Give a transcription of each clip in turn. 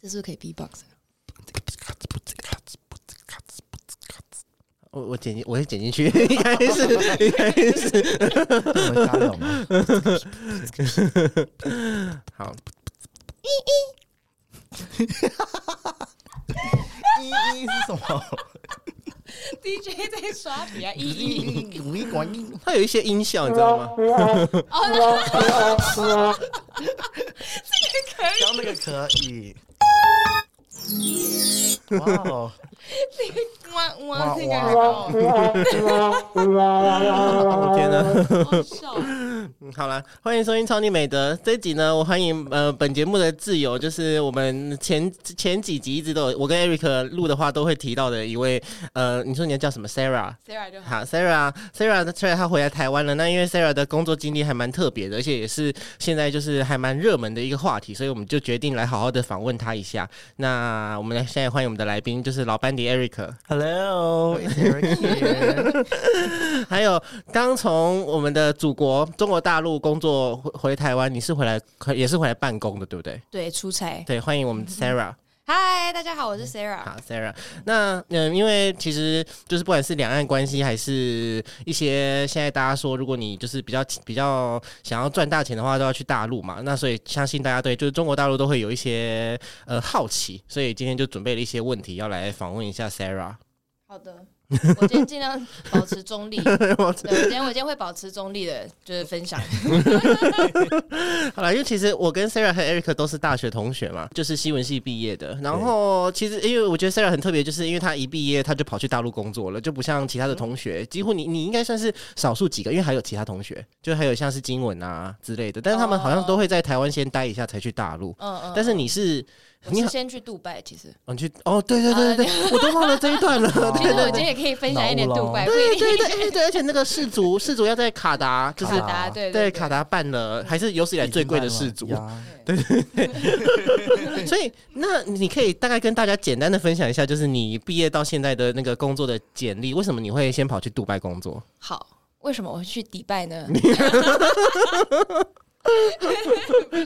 这是不是可以 B box？啊我我剪进，我也剪进去， 应该是应该是我们家有吗？好。一一是什么？ DJ 在刷屏啊，一一五一管一，它有一些音效，你知道吗？ 刚那个可以。哇哦，哇哇，这个哦哇还好我哦天哪！ 好笑。哦嗯好啦，欢迎收听《超级美德》这一集呢，我欢迎呃 本节目的挚友，就是我们前前几集一直都有我跟 Eric 录的话都会提到的一位呃，你说你要叫什么 Sarah？ Sarah 就好，好，Sarah，Sarah 虽然她回来台湾了，那因为 Sarah 的工作经历还蛮特别的，而且也是现在就是还蛮热门的一个话题，所以我们就决定来好好的访问她一下。那我们来现在欢迎我们的来宾，就是老班迪 Eric， Hello，it's Eric here 还有刚从我们的祖国中国大陆工作回回台湾，你是回来也是回来办公的，对不对？对，出差。对，欢迎我们 Sarah。嗨，大家好，我是 Sarah。好，Sarah，那嗯，因为其实就是不管是两岸关系，还是一些现在大家说，如果你就是比较比较想要赚大钱的话，都要去大陆嘛。那所以相信大家对就是中国大陆都会有一些呃好奇，所以今天就准备了一些问题要来访问一下 Sarah。好 的，我今天尽量保持中立。对，我今天我今天会保持中立的，就是分享。好了，因为其实我跟 Sarah 和 Eric 都是大学同学嘛，就是新闻系毕业的。然后其实因为我觉得 Sarah 很特别，就是因为她一毕业她就跑去大陆工作了，就不像其他的同学，几乎你你应该算是少数几个，因为还有其他同学，就还有像是经文啊之类的，但是他们好像都会在台湾先待一下才去大陆。嗯嗯。但是你是我你是好，先去杜拜，其实哦你去哦，对对对对对，我都忘了这一段了，哦其对实我对对。今天也可以分享一点杜拜，不对一定对对对对，而且那个氏族氏族要在卡达，就是卡达，对对卡卡达办了，还是有史以来最贵的氏族。呀所以，那你可以大概跟大家简单的分享一下，就是你毕业到现在的那个工作的简历，为什么你会先跑去杜拜工作？好。为什么我会去迪拜呢？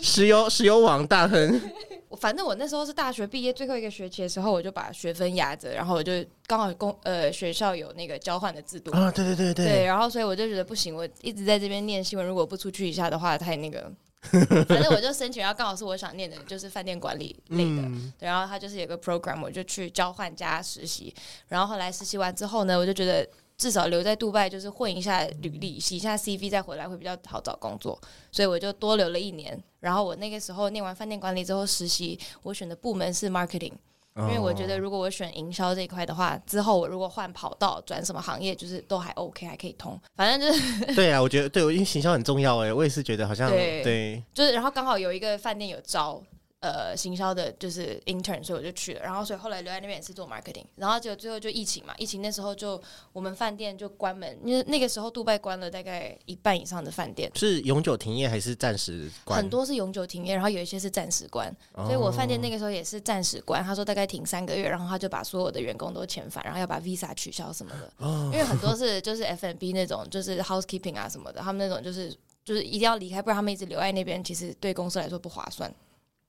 石油石油王大亨，我反正我那时候是大学毕业最后一个学期的时候，我就把学分压着，然后我就刚好公呃学校有那个交换的制度，啊，对对对对对，然后所以我就觉得不行，我一直在这边念新闻，如果不出去一下的话，太 那个。反正我就申请，然后刚好是我想念的，就是饭店管理类的。嗯对，然后他就是有个 program，我就去交换加实习。然后后来实习完之后呢，我就觉得至少留在杜拜就是混一下履历，洗一下 CV 再回来会比较好找工作，所以我就多留了一年。然后我那个时候念完饭店管理之后实习，我选的部门是 marketing。因哦为我觉得，如果我选营销这一块的话，之后我如果换跑道转什么行业，就是都还 OK，还可以通。反正就是对啊，我觉得对，因为行销很重要哎，我也是觉得好像对对就是，然后刚好有一个饭店有招呃行销的，就是 intern，所以我就去了。然后所以后来留在那边也是做 marketing，然后结果最后就疫情嘛，疫情那时候就我们饭店就关门，因为那个时候杜拜关了大概一半以上的饭店。是永久停业还是暂时关？哦很多是永久停业，然后有一些是暂时关，所以我饭店那个时候也是暂时关。他说大概停三个月，然后他就把所有的员工都遣返，然后要把 visa 取消什么的。因为很多是就是 F&B 那种，就是 housekeeping 啊什么的，他们那种就是就是一定要离开，不然他们一直留在那边，其实对公司来说不划算。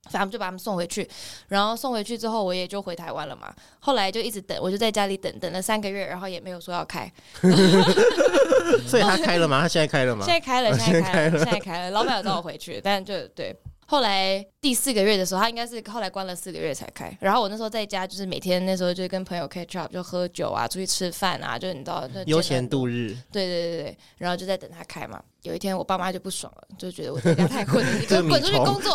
所以他们就把他们送回去，然后送回去之后，我也就回台湾了嘛。后来就一直等，我就在家里等等了三个月，然后也没有说要开。 所以他开了吗？他现在开了吗现？在开了，现在开哦了，现在开了。老板有找我回 去，但就对。后来第四个月的时候，他应该是后来关了四个月才开。然后我那时候在家，就是每天那时候就跟朋友 catch up，就喝酒啊，出去吃饭啊，就你知道，就悠闲度。度日，对对对对，然后就在等他开嘛。有一天我爸妈就不爽了，就觉得我在家太困了，你给我 滚出去工作。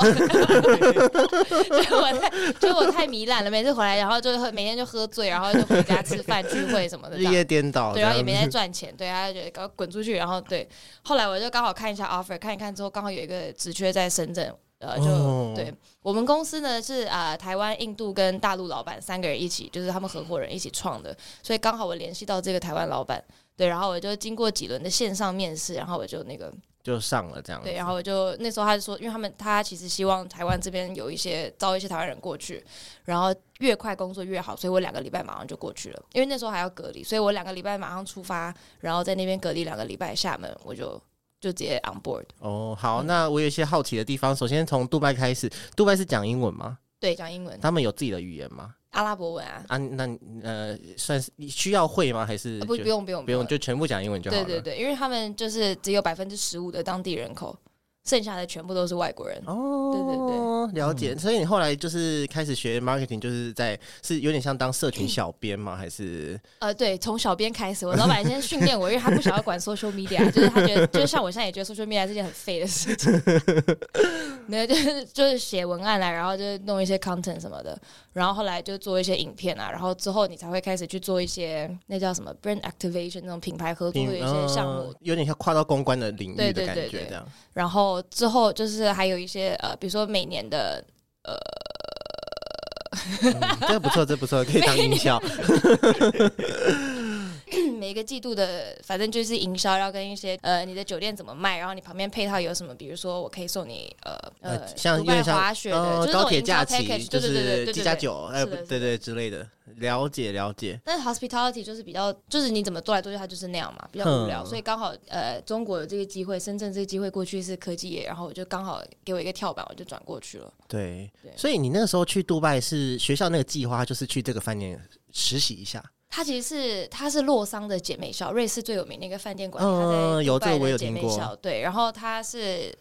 就我太就我太糜烂了，每次回来然后就喝每天就喝醉，然后就回家吃饭聚会什么的。这日样。夜颠倒，对，然啊后也这没样在子赚钱，对，他就觉得搞滚出去，然后对，后来我就刚好看一下 offer，看一看之后，刚好有一个职缺在深圳，呃，就、哦对我们公司呢是啊、呃台湾、印度跟大陆老板三个人一起，就是他们合伙人一起创的，所以刚好我联系到这个台湾老板，对，然后我就经过几轮的线上面试，然后我就那个 就上了这样子。对，然后啊我就那时候他就说，因为他们他其实希望台湾这边有一些招一些台湾人过去，然后越快工作越好，所以我两个礼拜马上就过去了，因为那时候还要隔离，所以我两个礼拜马上出发，然后在那边隔离两个礼拜，厦门我就就直接 on board。哦，好，那我有一些好奇的地方，首先从杜拜开始，杜拜是讲英文吗？对，讲英文、他们有自己的语言吗？阿拉伯文啊，啊，那你呃，算是你需要会吗？还是啊不，不就用，不用，不用，就全部讲英文就好对了。对对，因为他们就是只有百分之十五的当地人口，剩下的全部都是外国人。哦，对对对，了解。所以你后来就是开始学 marketing，就是在是有点像当社群小编吗？还是呃，对，从小编开始，我老板先训练我，因为他不想要管 social media，就是 他觉得，就是像我现在也觉得 social media 是件很废的事情。 没有，就是就是写文案啦，啊然后就是弄一些 content 什么的，然后后来就做一些影片啊，然后之后你才会开始去做一些那叫什么 brand activation 那种品牌合作的一些项目呃，有点像跨到公关的领域对的对感对觉，对这样。然后之后就是还有一些呃，比如说每年的嗯这个不错，这个不错，可以当音效。每一个季度的，反正就是营销要跟一些呃你的酒店怎么卖，然后你旁边配套有什么，比如说我可以送你呃呃 呃，像独有点拜像滑雪的，呃就是这高种铁营销假期， package，对对对对是对机对加对。酒，呃，是的是的对对之类的。了解了解，但是 hospitality 就是比较，就是你怎么做来做去，它就是那样嘛，比较无聊。嗯所以刚好呃，中国有这个机会，深圳这个机会，过去是科技业，然后我就刚好给我一个跳板，我就转过去了。对对。所以你那个时候去杜拜是学校那个计划，就是去这个饭店实习一下。它其实是它是洛桑的姐妹校，瑞士最有名的一个饭店管理，嗯它在有迪拜这个我的有姐听妹过校。对，然后它是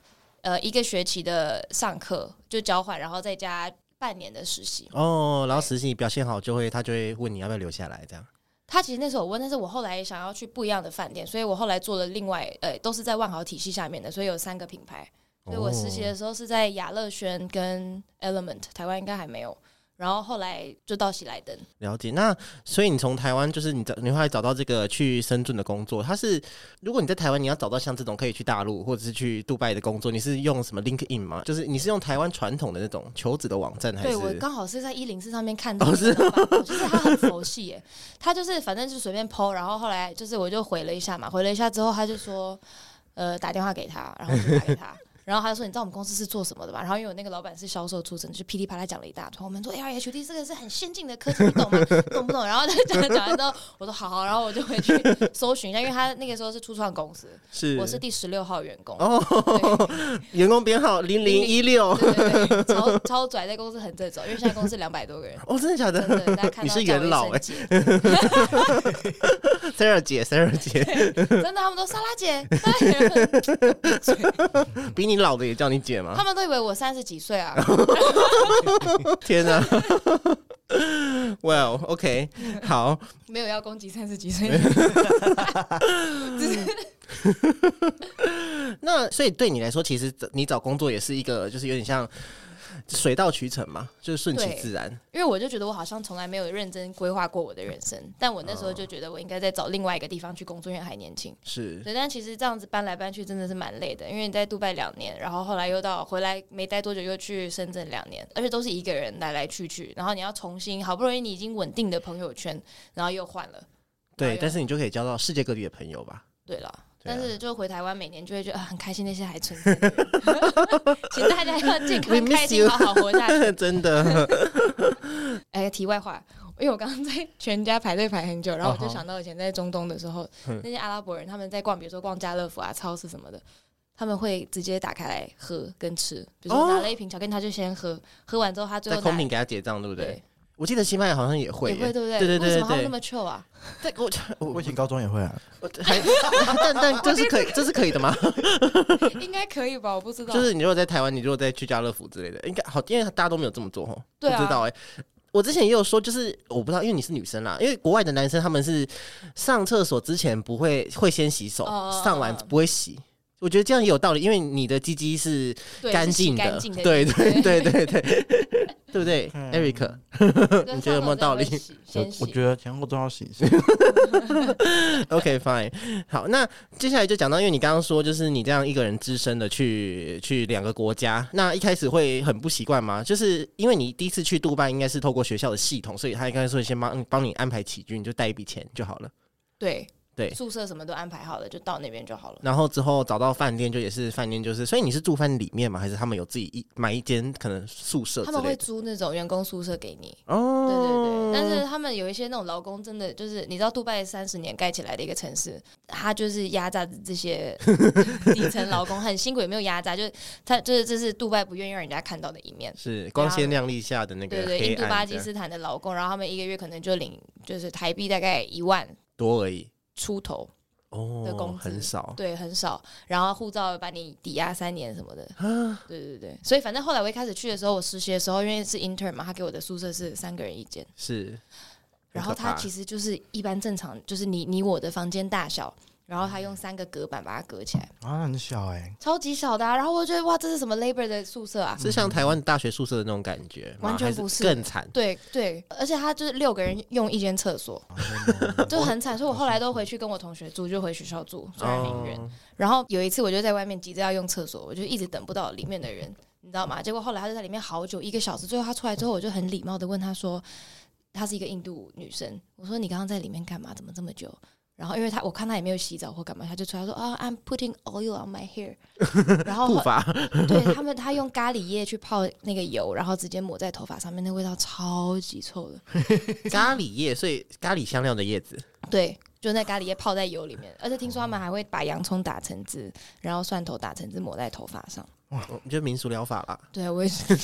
呃一个学期的上课就交换，然后再加半年的实习。哦，然后实习表现好，就会他就会问你要不要留下来，这样。他其实那时候我问，但是我后来想要去不一样的饭店，所以我后来做了另外呃都是在万豪体系下面的，所以有三个品牌。所以我实习的时候是在雅乐轩跟 Element，台湾应该还没有。然后后来就到喜来登，了解，那所以你从台湾就是你找你后来找到这个去深圳的工作，它是如果你在台湾你要找到像这种可以去大陆或者是去杜拜的工作，你是用什么 LinkedIn 吗？就是你是用台湾传统的那种求职的网站还对是？我刚好是在一零四上面看到哦的是那种版本，就是他很佛系耶，他就是反正就随便 PO，然后后来就是我就回了一下嘛，回了一下之后他就说，呃，打电话给他，然后我就打给他。然后他就说：“你知道我们公司是做什么的吧？”然后因为我那个老板是销售出身，就噼里啪啦讲了一大串。我们说 L H D 这个是很先进的科技，你懂吗？懂不懂？然后他讲讲完之后，我说好好，然后我就回去搜寻一下，因为他那个时候是初创公司，是我是第十六号员工， 哦，员工编号零零一六对对对，超超拽，在公司很正宗，因为现在公司两百多个人，哦，真的假真的 的，大家看你到是叫我元一老声欸姐， ？Sarah 姐，Sarah 姐，真的，他们都莎拉姐， 莎拉姐比你老的也叫你姐他吗？们都以为我三十几岁啊。天哪 ！Well，OK，、好，没有要攻击三十几岁，那所以对你来说，其实找你找工作也是一个，就是有点像水到渠成嘛，就是顺其对自然。因为我就觉得我好像从来没有认真规划过我的人生，但我那时候嗯就觉得我应该再找另外一个地方去工作，因为还年轻。是，对，但其实这样子搬来搬去真的是蛮累的，因为你在杜拜两年，然后后来又到回来没待多久又去深圳两年，而且都是一个人来来去去，然后你要重新好不容易你已经稳定的朋友圈，然后又换了。哎对呀，但是你就可以交到世界各地的朋友吧。 对了，对啊但是就回台湾每年就会觉得、啊、很开心，那些还存 在的人，请大家要健 We 康 miss 开 you 心，好好活下去。真 的，哎，题外话，因为我刚刚在全家排队排很久，然后我哦就好想到以前在中东的时候，嗯那些阿拉伯人他们在逛，比如说逛家乐福啊、超市什么的，他们会直接打开来喝跟吃，比如说哦拿了一瓶巧克力，他就先喝，喝完之后他最在后空拿瓶给他结账，对不对？对，我记得西班牙好像也会也耶，会对不对？对对为什对么他们对那么 chill 啊？ 对。我我我我以前高中也会啊，我还 但但这是可以，这是可以的吗？应该可以吧？我不知道，就是你如果在台湾，你如果再去家乐福之类的，应该好，因为大家都没有这么做哦。对啊不知道哎、我之前也有说，就是我不知道，因为你是女生啦，因为国外的男生他们是上厕所之前不会会先洗手，哦上完不会洗。我觉得这样也有道理，因为你的鸡鸡是对干净是洗的干，净的，对对对对对，对不对嗯，Eric？对你觉得有没有道理上手我之后会洗先洗我觉得前后都要洗一啊下。 OK fine，好，那接下来就讲到，因为你刚刚说，就是你这样一个人只身的去去两个国家，那一开始会很不习惯吗？就是因为你第一次去杜拜，应该是透过学校的系统，所以他应该会先帮帮你安排起居，你就带一笔钱就好了。对，对宿舍什么都安排好了，就到那边就好了。然后之后找到饭店，就也是饭店，就是所以你是住饭里面吗？还是他们有自己一买一间可能宿舍之他们类会的？租那种员工宿舍给你。对对哦对，，但是他们有一些那种劳工，真的就是你知道，杜拜三十年盖起来的一个城市，它就是压榨 这些底层劳工，很辛苦，也没有压榨，就是他就是这是杜拜不愿意让人家看到的一面。是光鲜亮丽下的那个对对，黑印度、巴暗基的斯坦的劳工，然后他们一个月可能就领就是台币大概一万多而已出头，的哦工，资很少。对，很少。然后护照把你抵押三年什么的，啊对对对。所以反正后来我一开始去的时候，我实习的时候，因为是 intern 嘛，他给我的宿舍是三个人一间，是，然后它其实实就是一般正常，就是你你我的房间大小。然后他用三个隔板把它隔起来，啊，很小哎，超级小的、啊。然后我就觉得哇，这是什么 labor 的宿舍啊？是像台湾大学宿舍的那种感觉吗，完全还是不是更惨。对对，而且他就是六个人用一间厕所，好像哦就很惨。所以我后来都回去跟我同学住，就回学校住，虽然很远。哦，然后有一次我就在外面急着要用厕所，我就一直等不到里面的人，你知道吗？结果后来他就在里面好久，一个小时。最后他出来之后，我就很礼貌的问他说：“她是一个印度女生，我说你刚刚在里面干嘛？怎么这么久？”然后因为他我看他也没有洗澡或干嘛，他就出来说：“啊、i m putting oil on my hair。”然后步伐对他们，他用咖喱叶去泡那个油，然后直接抹在头发上面，那味道超级臭的。 咖喱叶，所以咖喱香料的叶子对，就那咖喱叶泡在油里面，而且听说他们还会把洋葱打成汁，然后蒜头打成汁抹在头发上。哦就民俗疗法啦。 对，我也是。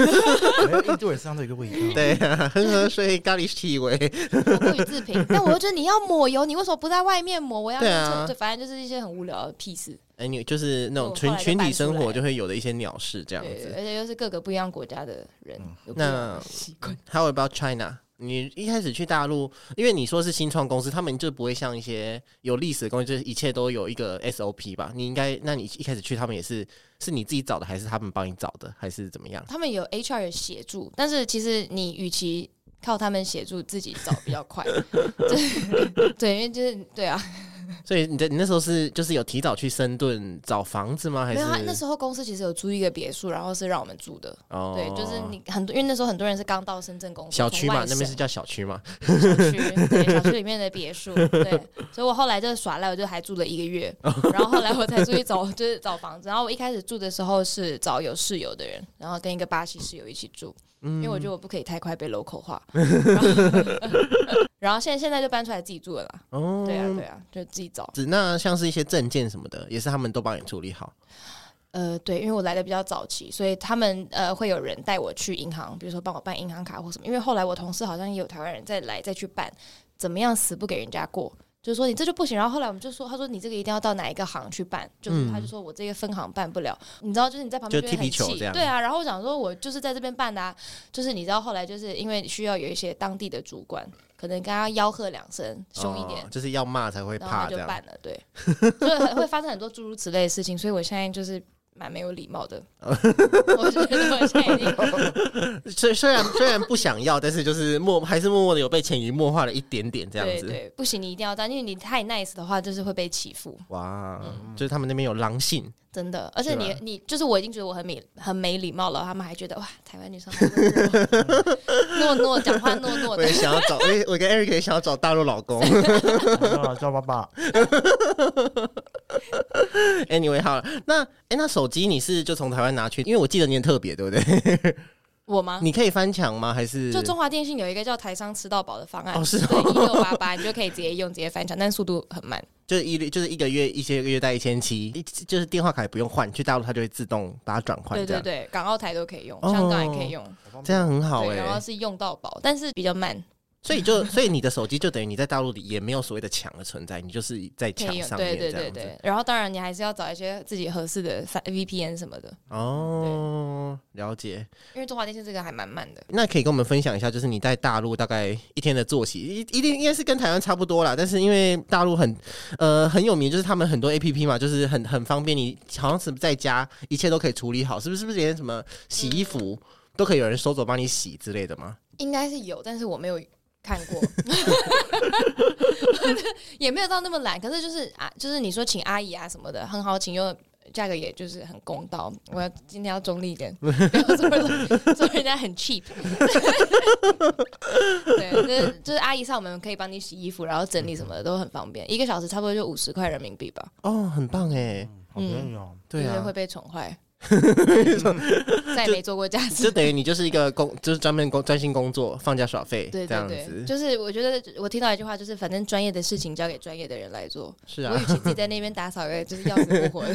没有印度人身上哎的一个味道。对、啊，恒河水咖喱气味， 我不予置评。但我就觉得你要抹油，你为什么不在外面抹？我要对啊用这对，反正就是一些很无聊的屁事。哎，你就是那种我群后来就群体搬出生活来就会有的一些鸟事这样对，子。嗯而且又是各个不一样国家的人，有不一样那嗯的习惯。 How about China？你一开始去大陆，因为你说是新创公司，他们就不会像一些有历史的公司，就是一切都有一个 SOP 吧？你应该，那你一开始去，他们也是是你自己找的，还是他们帮你找的，还是怎么样？ 他们有 HR 的协助，但是其实你与其靠他们协助，自己找比 较快。对，对，因为就是对啊，所以你的你那时候是就是有提早去深圳找房子吗？还没是有他那时候公司其实有租一个别墅，然后是让我们住的。哦，对，就是你很多，因为那时候很多人是刚到深圳工作，小区嘛，那从外省边是叫小区嘛，小区，对，小区里面的别墅，对，所以我后来就耍赖，我就还住了一个月，然后后来我才出去找，就是找房子。然后我一开始住的时候是找有室友的人，然后跟一个巴西室友一起住，因为我觉得我不可以太快被 local 化。然后 现在现在就搬出来自己住了啦，哦，对啊对啊，就自己找。只那像是一些证件什么的，也是他们都帮你处理好。呃，对，因为我来的比较早期，所以他们呃会有人带我去银行，比如说帮我办银行卡或什么。因为后来我同事好像也有台湾人再来再去办，怎么样死不给人家过，就是说你这就不行。然后后来我们就说，他说你这个一定要到哪一个行去办，就是、他就说我这个分行办不了，你知道，就是你在旁嗯边就会踢皮很球气，这样对啊。然后我想说，我就是在这边办的、啊，就是你知道后来就是因为需要有一些当地的主管，可能跟他吆喝两声，凶一点哦，就是要骂才会然后怕他这就样。办了，对， 所以很会发生很多诸如此类的事情，所以我现在就是蛮没有礼 貌的。我觉得我现在已 经虽虽然虽然不想要， 但是就是默还是默默的有被潜移默化了一点点这样对子。对，不行，你一定要这样，因为你太 nice 的话，就是会被欺负，哇，嗯就是他们那边有狼性，真的。而且对你吧你就是我已经觉得我很没很没礼貌了，他们还觉得哇，台湾女 生好温柔糯糯讲话糯糯我的也。想 要找，我也我跟 Eric 也想要找大陆老公。啊叫爸爸， anyway，好了，那哎、诶那手机你是就从台湾拿去？因为我记得你很特别，对不对？我吗？ 你可以翻墙吗？还是啊就中华电信有一个叫“台商吃到饱”的方案，哦是哦对一六八八，你就可以直接用，直接翻墙，但速度很慢。就是一律就是一个月一些月贷一千七，一就是电话卡也不用换，去大陆它就会自动把它转换。对哦这对样对，港澳台都可以用，哦香港也可以用。这样很好哎、对，然后是用到饱，但是比较慢，所以就所以你的手机就等于你在大陆里也没有所谓的墙的存在，你就是在可墙以用。上对面这对样子。对对，然后当然你还是要找一些自己合适的三 VPN 什么的，哦，了解。因为中华电信这个还蛮慢的。那可以跟我们分享一下，就是你在大陆大概一天的作息，一一定应该是跟台湾差不多啦。但是因为大陆很呃很有名，就是他们很多 A P P 嘛，就是很很方便，你好像是在家一切都可以处理好，是不是？是不是连什么洗衣服？嗯都可以有人收走帮你洗之类的吗？应该是有，但是我没有看过， 也没有到那么懒。可是就是啊，就是你说请阿姨啊什么的，很好请，又价格也就是很公道。我要今天要中立 一点，不要说人说人家很 cheap。对，就是就是阿姨上门可以帮你洗衣服，然后整理什么的都很方便，一个小时差不多就五十块人民币吧。哦，很棒哎，欸好便宜哦。对就是啊会，被宠 坏，嗯再也没做过家事就。等于你就是一个工，就是专门工专心工作，放假耍废，对这对样对，子。就是我觉得我听到一句话，就是反正专业的事情交给专业的人来做。是我啊与，其自己在那边打扫，也就是要死不活的。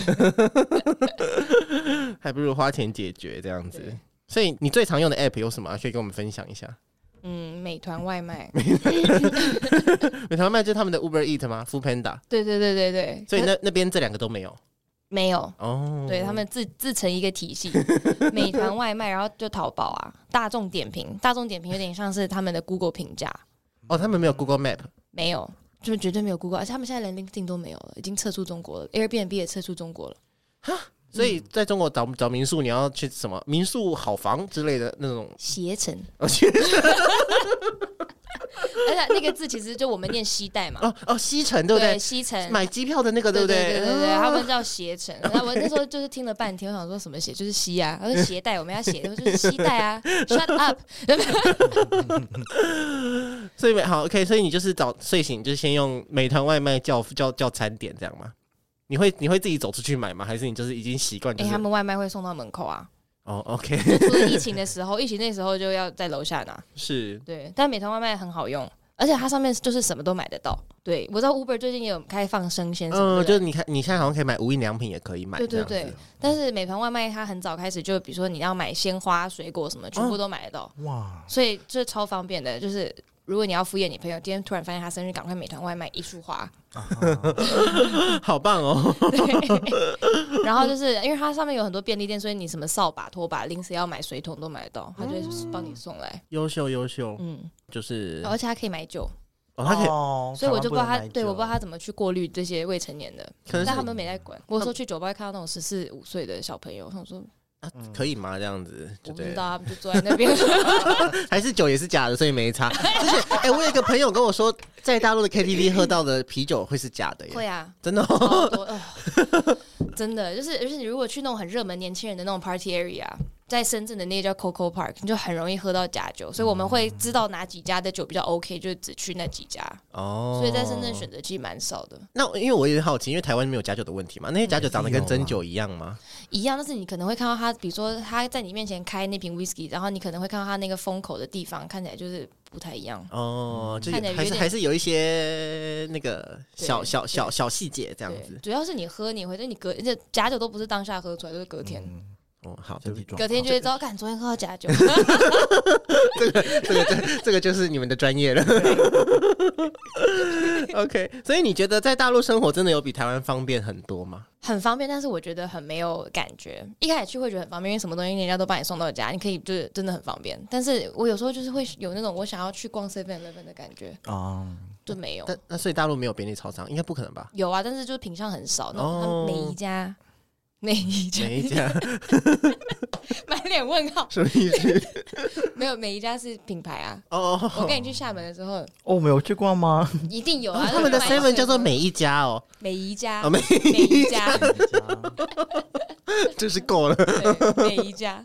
还不如花钱解决这样子对。所以你最常用的 app 有什么啊？可以跟我们分享一下。嗯，美团外卖，美团外卖就是他们的 Uber Eat 吗？Food Panda， 对对对对对，所以可那那边这两个都没有没有，哦。对他们自自成一个 体系，美团外卖，然后就淘宝啊，大众点评，大众点评有点像是他们的 Google 评价，哦，他们没有 Google Map 没有，就绝对没有 Google，而且他们现在连 LinkedIn 都没有了，已经撤出中国了，Airbnb 也撤出中国了。所以在中国找找民宿，你要去什么民宿好房之类的那种，携程， 哦去 而且那个字其实就我们念西带嘛，哦哦西城对不对？西城。买机票的那个对不对对对对，啊他们叫携程。然后我那时候就是听了半天，我想说什么鞋就是西啊，他说鞋带，我们要鞋，我说就是西带啊。Shut up，所以好 OK，所以你就是早睡醒就先用美团外卖叫叫叫餐点这样吗？你会你会自己走出去买吗？还是你就是已经习惯就哎，是、他们外卖会送到门口啊，哦 OK 就除了疫情的时候，疫情那时候就要在楼下拿。是对，但美团外卖很好用，而且它上面就是什么都买得到。对，我知道 Uber 最近也有开放生鲜什么嗯、的，就是对你看你现在好像可以买无印良品也可以买对这对样子，对。但是美团外卖它很早开始就，比如说你要买鲜花、水果什么，全嗯部都买得到，哇，所以这超方便的，就是。如果你要敷衍你朋友，今天突然发现他生日，赶快美团外卖一束花。好棒哦！ 然后就是因为它上面有很多便利店，所以你什么扫把、拖把、临时要买水桶都买得到，他就会帮你送来。优秀优秀，嗯，就是而且它可以买酒，哦，他可以哦所以我就不知道台他，湾能买对，酒我不知道他怎么去过滤这些未成年的。可能但是他们没在管。我说去酒吧看到那种十四五岁的小朋友，他说啊可以吗？这样子，我对不对知道，他们就坐在那边。还是酒也是假的，所以没 差。之前，哎、我有一个朋友跟我说，在大陆的 KTV 喝到的啤酒会是假的耶，会啊，真的、哦。超多哦， 真的就是，而且你如果去那种很热门年轻人的那种 party area。在深圳的那个叫 Coco Park，你就很容易喝到假酒，所以我们会知道哪几家的酒比较 OK，就只去那几家。哦所以在深圳选择其实蛮少的，那因为我有点好奇，因为台湾没有假酒的问题嘛，那些假酒长得跟真酒一样吗？一样。但是你可能会看到他，比如说他在你面前开那瓶 whisky，然后你可能会看到他那个封口的地方看起来就是不太一样。哦，就看起来有有还是点还是有一些那个小对小小对小细节这样对，子。主要是你喝，你回头你隔这假酒都不是当下喝出来，都是隔天，嗯哦，好，对身不体起，状隔况天就会知道，看昨天喝到假 酒。这个这这个就是你们的专业了。OK，所以你觉得在大陆生活真的有比台湾方便很多吗？很方便，但是我觉得很没有感觉。一开始去会觉得很方便，因为什么东西人家都帮你送到家，你可以就是真的很方便。但是我有时候就是会有那种我想要去逛 Seven Eleven 的感觉，啊，就没有。嗯但那所以大陆没有便利超商，应该不可能 吧？有啊，但是就是品相很少，那种他哦们每一家、每一家每一家 满脸问号，什么意 思？没有每一家是品牌啊。哦，我跟你去厦门的 时候，哦，我们有去逛吗？一定有啊。哦他们的那个买 Seven 叫做水果每一家哦，每一家哦，每每 一家。真是够了。对，每一家。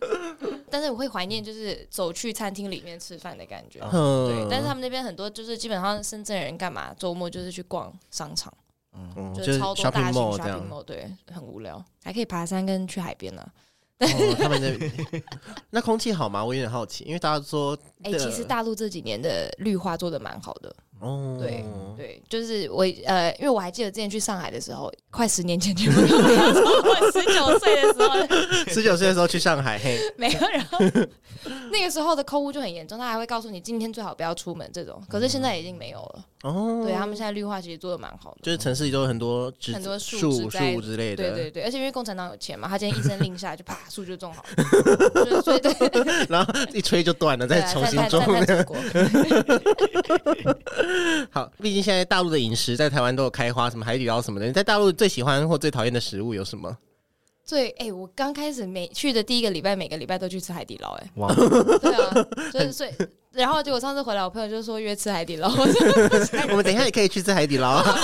但是我会怀念，就是走去餐厅里面吃饭的感觉。对嗯，，但是他们那边很多就是基本上深圳人干嘛，周末就是去逛商场， 嗯，嗯就是超多大 shopping 型 mall 这 shopping 样。 mall，对，很无聊，还可以爬山跟去海边啊呢、 哦，他们那那空气好吗？我有点好奇，因为大家说哎、对其实大陆这几年的绿化做的蛮好的，哦，对对，就是我呃，因为我还记得之前去上海的时候，快十年前去，我十九岁的时候，十九岁的时候去上海，嘿，没有，然后 那个时候的空污就很严重，他还会告诉你今天最好不要出门这种。可是现在已经没有了，哦，对他们现在绿化其实做的蛮好的。就是城市里都有很多植很多树树植栽树之类对的，对对，而且因为共产党有钱嘛，他今天一声令下就啪树就种好了， 就所以对，啊然后一吹就断了，对再啊重新赞种叹。赞叹祖国，好，毕竟现在大陆的饮食在台湾都有开花，什么海底捞什么的。你在大陆最喜欢或最讨厌的食物有什么？对，哎、我刚开始每去的第一个礼拜，每个礼拜都去吃海底捞、哎， 哇，对 啊，就是所以，然后结果上次回来，我朋友就说约吃海底捞，我 说我们等一下也可以去吃海底捞啊。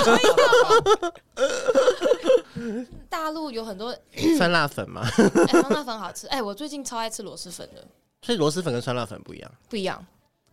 大陆有很多酸辣粉嘛，哎酸辣粉好吃，哎，我最近超爱吃螺蛳粉的，所以螺蛳粉跟酸辣粉不一样不一样。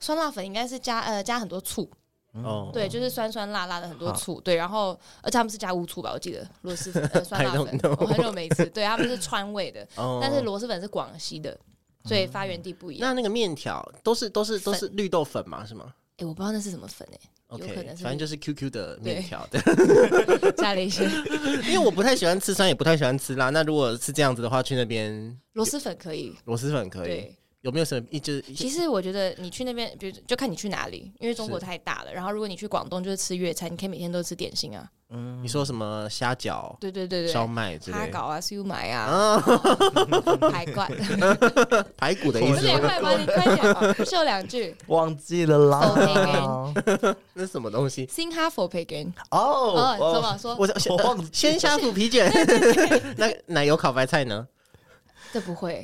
酸辣粉应该是加呃加很多醋，嗯哦。对，就是酸酸辣辣的很多好醋，对，然后而且他们是加乌醋吧，我记得螺蛳粉 呃酸辣 I 粉 don't know，我很久没吃，对，他们是川味的， 哦，嗯但是螺蛳粉是广西的，所以发源地不一样。那那个面条都是都是都是绿豆粉嘛，是吗哎，我不知道那是什么粉哎， ？OK，可能是反正就是 QQ 的面条对，加了一些 因为我不太喜欢吃酸，也不太喜欢吃辣。那如果是这样子的话，去那边螺蛳粉可以，螺蛳粉可以。对。有没有什么一就是一其实我觉得你去那边，比如就看你去哪里，因为中国是太大了。然后如果你去广东，就是吃粤菜，你可以每天都吃点心啊。你说什么虾饺、对对对烧对，麦之哈类搞的啊、烧麦啊、啊，排 罐，排骨的意有思点吗？快吧？你快讲啊， 秀两句。忘记了啦。那是什么东西？新哈佛 培根，哦哦，哦，怎么说？我我忘记了鲜虾腐皮卷， 那奶油烤白菜呢？这不 会，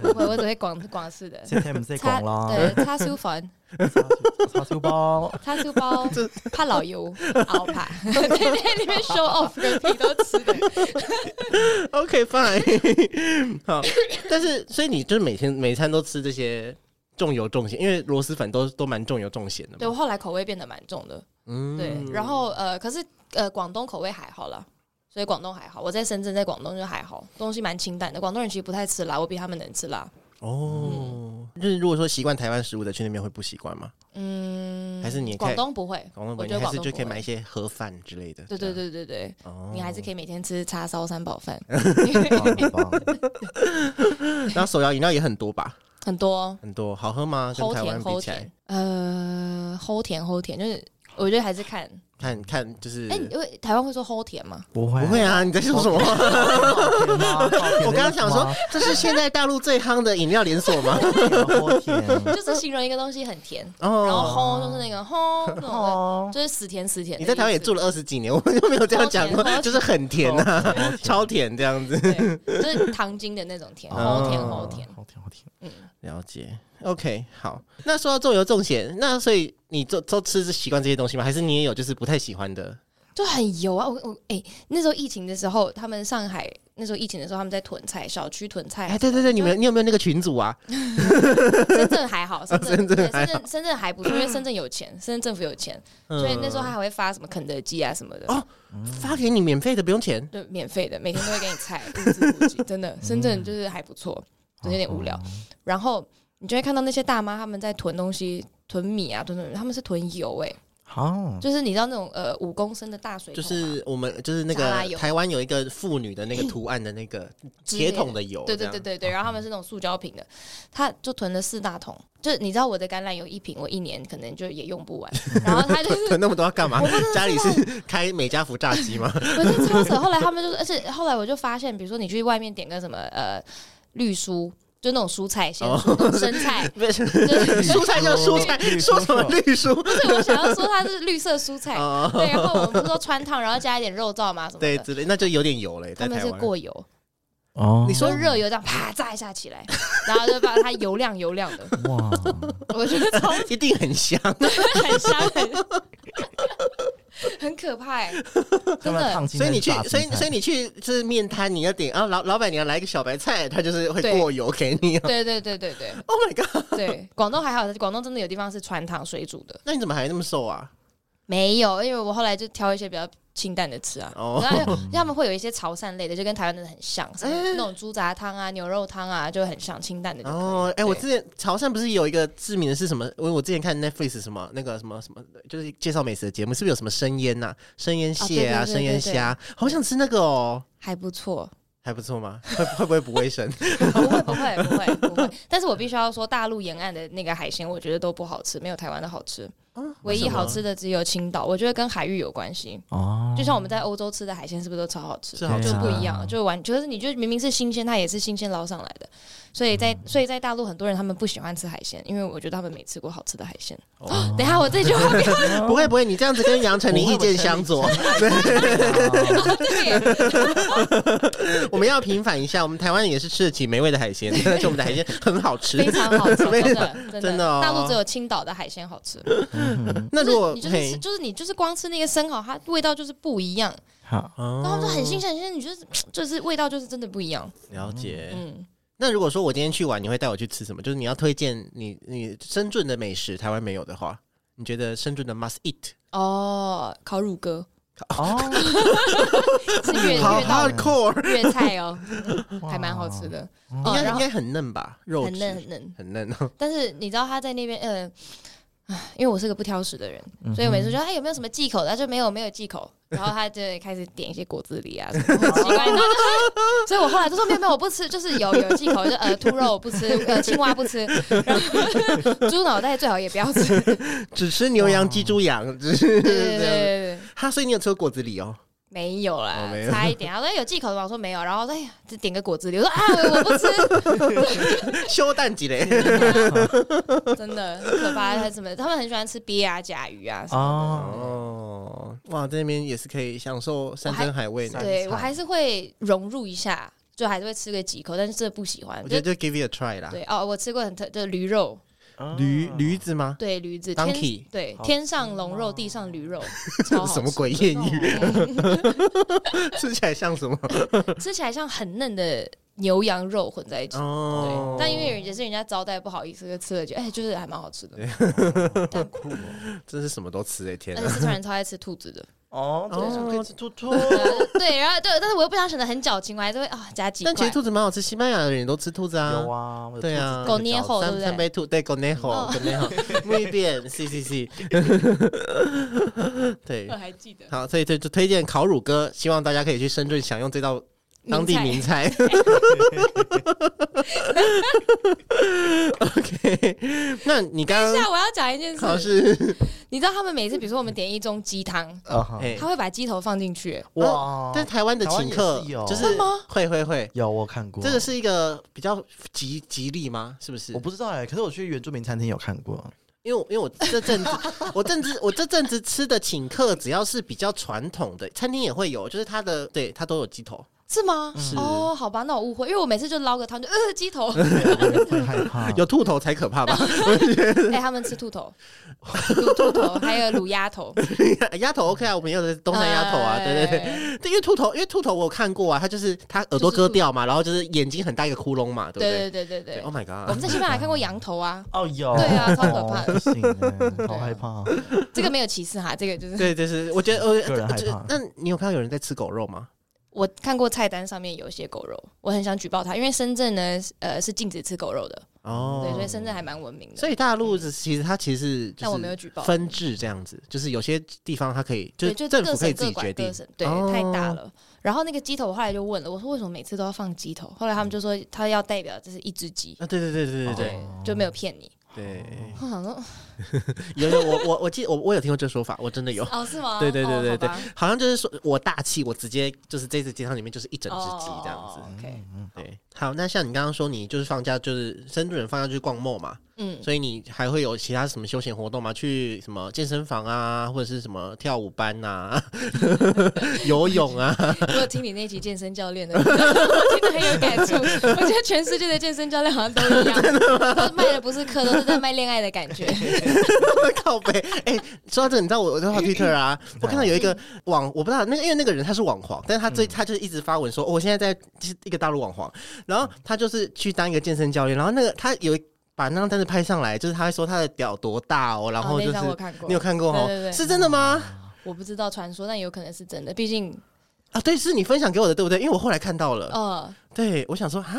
不会，我只会广广式的。今天唔识叉讲啦，对，叉烧粉、叉烧包，叉烧 包、怕老油、熬扒， 对对，里面 show off 跟皮都吃的。 OK fine，好，但是所以你就是每天每餐都吃这些重油重咸，因为螺蛳粉都都蛮重油重咸的对嘛。我后来口味变得蛮重的，嗯对，然后呃，可是呃，广东口味还好啦，所以广东还好。我在深圳，在广东就还好，东西蛮清淡的。广东人其实不太吃辣，我比他们能吃辣。哦，就是如果说习惯台湾食物的去那边会不习惯吗？嗯，还是你也可以广东不会，广东我本觉得地还广是东就可以不买一会。些盒饭之类的。对对对对对，这样。哦，你还是可以每天吃叉烧三宝 饭，棒棒以。然后手摇饮料也很多吧？很多很多，好喝吗？跟齁台湾甜齁比起来甜，，呃，齁甜齁甜，就是我觉得还是看，看看就是哎，因为台湾会说齁甜 吗？不会不会啊，啊？你在说什么？我我刚刚想说，这是现在大陆最夯的饮料连锁吗？好甜就是形容一个东西很甜，然哦，后齁就是那个齁那种的，哦，就是死甜死甜的意思。你在台湾也住了二十几年，我就没有这样讲过超，甜就是很甜啊，好甜超甜这样子。对，就是糖精的那种甜，哦齁甜齁甜。好甜好甜。嗯，了解，OK，好。那说到重油重咸，那所以你都都吃是习惯这些东西吗？还是你也有就是不太喜欢的？就很油啊！我我哎、那时候疫情的时候，他们上海那时候疫情的时候，他们在囤菜，小区囤菜啊哎，。对对对，你们你有没有那个群组啊？深圳还 好，深圳深对圳还嗯深圳深圳还不错，因为深圳 有钱，深圳政府有钱，嗯所以那时候他还会发什么肯德基啊什么的。哦发给你免费的，不用钱。对，免费的，每天都会给你菜，物资 补给，真的，深圳就是还不错，只是有点无聊。嗯然后你就会看到那些大妈他们在囤东西，囤米啊，囤囤，他们是囤油哎、好，就是你知道那种呃五公升的大水就桶嘛是我们就是那沙啊拉个油台湾有一个妇女的那个图案的那个铁桶的油，对对对对哦对，然后他们是那种塑胶瓶的，他就囤了四大桶，就是你知道我的橄榄油一瓶，我一年可能就也用 不完，然后他就这样，是。囤那么多要干嘛我不知？道家里是开美家福炸鸡吗？不是超扯，后来他们就是，而且后来我就发现，比如说你去外面点个什么呃绿蔬，就那种蔬菜、鲜哦蔬、生菜， 不是 就是蔬菜叫蔬菜，绿说什么蔬绿蔬？不是我想要说它是绿色蔬菜，哦对，然后我们不是说穿烫，然后加一点肉燥嘛什么对，的，之类，那就有点油嘞，他在们台是湾。过油，哦你你说热油这样啪炸一下起来，然后就把它油亮油亮的，哇，我觉得 超一定很香，很香，很 很可怕、欸，真的。所以你去，所以所以你去就是面摊，你要点啊，老老板娘来一个小白菜，他就是会对过油给你。 哦对对对对对 Oh my god！ 对，广东还好，广东真的有地方是穿糖水煮的，那你怎么还那么瘦啊？没有，因为我后来就挑一些比较清淡的吃啊。哦然后他们会有一些潮汕类的，就跟台湾的很 像，什么哎那种猪杂汤啊、牛肉汤啊，就很像清淡的就可以。哦，哎、我对之前潮汕不是有一个知名的是什么？我我之前看 Netflix 什么那个什么什么，就是介绍美食的节目，是不是有什么生腌呐、生腌蟹啊、哦对对对生腌虾？好想吃那个哦，还不 错，还不错吗？会会不会不卫 生？不会不会不会不会。但是我必须要说，大陆沿岸的那个海鲜，我觉得都不好吃，没有台湾的好吃。唯一好吃的只有青岛，我觉得跟海域有关系。哦，就像我们在欧洲吃的海鲜，是不是都超好吃？是好吃就吗不一样，就完，就是你就明明是新鲜，它也是新鲜捞上来的。所以嗯在所以在大陆很多人他们不喜欢吃海鲜，因为我觉得他们没吃过好吃的海鲜。哦 等一下我这句话被不会不会，你这样子跟杨丞琳意见相左， 对，我们要平反一下，我们台湾也是吃得起美味的海 鲜，而且我们的海鲜很好吃。 非常好吃，没真的真的真的哦大陆只有青岛的海鲜好吃。那如果就是你就是吃就是你就是光吃那个生蚝，它味道就是不一样。好，然然后他们说很新鲜，很新鲜，你就是就是味道就是真的不一样。哦了解。嗯，那如果说我今天去玩，你会带我去吃什么？就是你要推荐你你深圳的美食，台湾没有的话，你觉得深圳的 must eat？哦，烤 乳鸽哦，是粤好粤到 hardcore，粤菜 哦，哇还蛮好吃。的，应哦该然应后该很嫩吧？肉很质嫩很嫩。嗯很嫩哦。 但是你知道他在那边，呃，唉因为我是个不挑食的人，嗯哼所以我每次说哎有没有什么忌口的，他就没有没有忌口，然后他就开始点一些果子狸啊什么很奇怪，然后就哎所以我后来就说没有没有我不吃，就是有有忌口，就呃兔肉我不吃，呃青蛙不吃，然后猪脑袋最好也不要吃，对只吃牛羊、鸡、猪、羊，只是对对对对。哈，所以你有吃过果子狸哦？没有啦，哦没有差一点。他说有忌口的吗？我说没有，然后我说哎呀，只点个果子狸。我说啊，我我不吃， 修蛋几嘞？真的很可怕。他什么？他们很喜欢吃鳖啊、甲鱼啊什么哦，哦，哇，在那边也是可以享受山珍海味呢我。还对菜我还是会融入一下，就还是会吃个几口，但是真的不喜欢。我就觉得就 give it a try 啦。对哦，我吃过很特，就驴肉，哦驴驴子吗？对驴子，天 Donkey 对好天上龙肉，地上 驴肉，超好吃什么鬼谚语？嗯 吃起来像什么？吃起来像很嫩的牛羊肉混在一起。哦对，，但因为也是人家招待不好意思，就吃了就哎，就是还蛮好吃的。但酷真是什么都吃哎，天而且啊！四川人超爱吃兔子的，哦，哦对，可以吃兔兔，对，啊然后对，但是我又不想显得很矫情，我还是会啊加几块但其实兔子蛮好吃，西班牙人也都吃兔子啊有。啊，我有对啊兔狗子捏饺子后对不三对三杯兔，对，conejo 哦 conejo，muy bien，c c c，对我，还 记得好，所以就就推荐烤乳鸽，希望大家可以去深圳享用这道当地名名菜 菜。OK，那你刚等一刚下，我要讲一件嗯好事，是你知道他们每次，比如说我们点一盅鸡汤，啊哈哎哦他会把鸡头放进去，哇，在台湾的请客哦台湾也是有就是会吗会会会，有我看过这个是一个比较吉吉利吗？是不是我？不知道哎，可是我去原住民餐厅有看 过，因为我因为我这阵子 我阵子我这阵子吃的请客，只要是比较传统的餐厅也会有，就是它的对它都有鸡 头，是吗？是哦，好吧，那我误会，因为我每次就捞个汤就呃 鸡头，会害怕，有兔头才可怕吧？哎，他们吃兔头，卤兔头，还有卤鸭头，鸭头 OK 啊，我们也 有的东南亚头啊，哎对对对。对对，因为兔头，因为兔头我有看过啊，它就是它耳朵割掉嘛，然后就是眼睛很大一个窟窿嘛，对不对？哦嗯对对对对对 oh Oh，my 我 god！们在西班牙看过羊头 啊，哦有，对啊超可怕啊哦，不行 哎，好害怕，这个没有歧视哈，这个就是对，就是我觉得，我个人害怕就是那你有看到有人在吃狗肉吗？我看过菜单上面有一些狗肉，我很想举报他，因为深圳呢，呃，是禁止吃狗肉的，对，所以哦，深圳还蛮文明的。所以大陆是其实它其实但就我没有是举报，分治这样子，就是有些地方它可以，对，是就政各府可以省自各己决管定各。省，对，哦太大了。然后那个鸡头，我后来就问了，我说为什么每次都要放鸡头？后来他们就说他要代表这是一只鸡，啊，对对对对对对对，就没有骗你。对，我想说，有有我我我记我我有听过这说法，我真 的有，哦，是吗？对对对对对哦，好像就是说我大气，我直接就是这次鸡汤里面就是一整只好吧鸡这样子哦。OK，嗯对，好，那像你刚刚说，你就是放假就是深圳人放假就是逛 mall 嘛，嗯，所以你还会有其他什么休闲活动吗？去什么健身房啊，或者是什么跳舞班 呐、游泳啊？嗯我有听你那集健身教练的， 我听得很有感触。我觉得全世界的健身教练好像都一样，都卖的不是课，都是在卖恋爱的感觉。靠背，哎、说到这，你知道我我嗯在滑 Twitter 啊，我看到有一个网，我不知道那个，因为那个人他是网黄，但是他最、嗯他就是一直发文说，哦我现在在就是一个大陆网黄，然嗯后他就是去当一个健身教练，然后那个他有一把那张单子拍上来，就是他会说他的屌多大哦， 然后哦就那是、张我看过你有，看过哦，对对对嗯是真的吗？我不知道传说，但有可能是真的，毕竟啊，对，是你分享给我的，对不对？因为我后来看到了，呃，对我想说啊，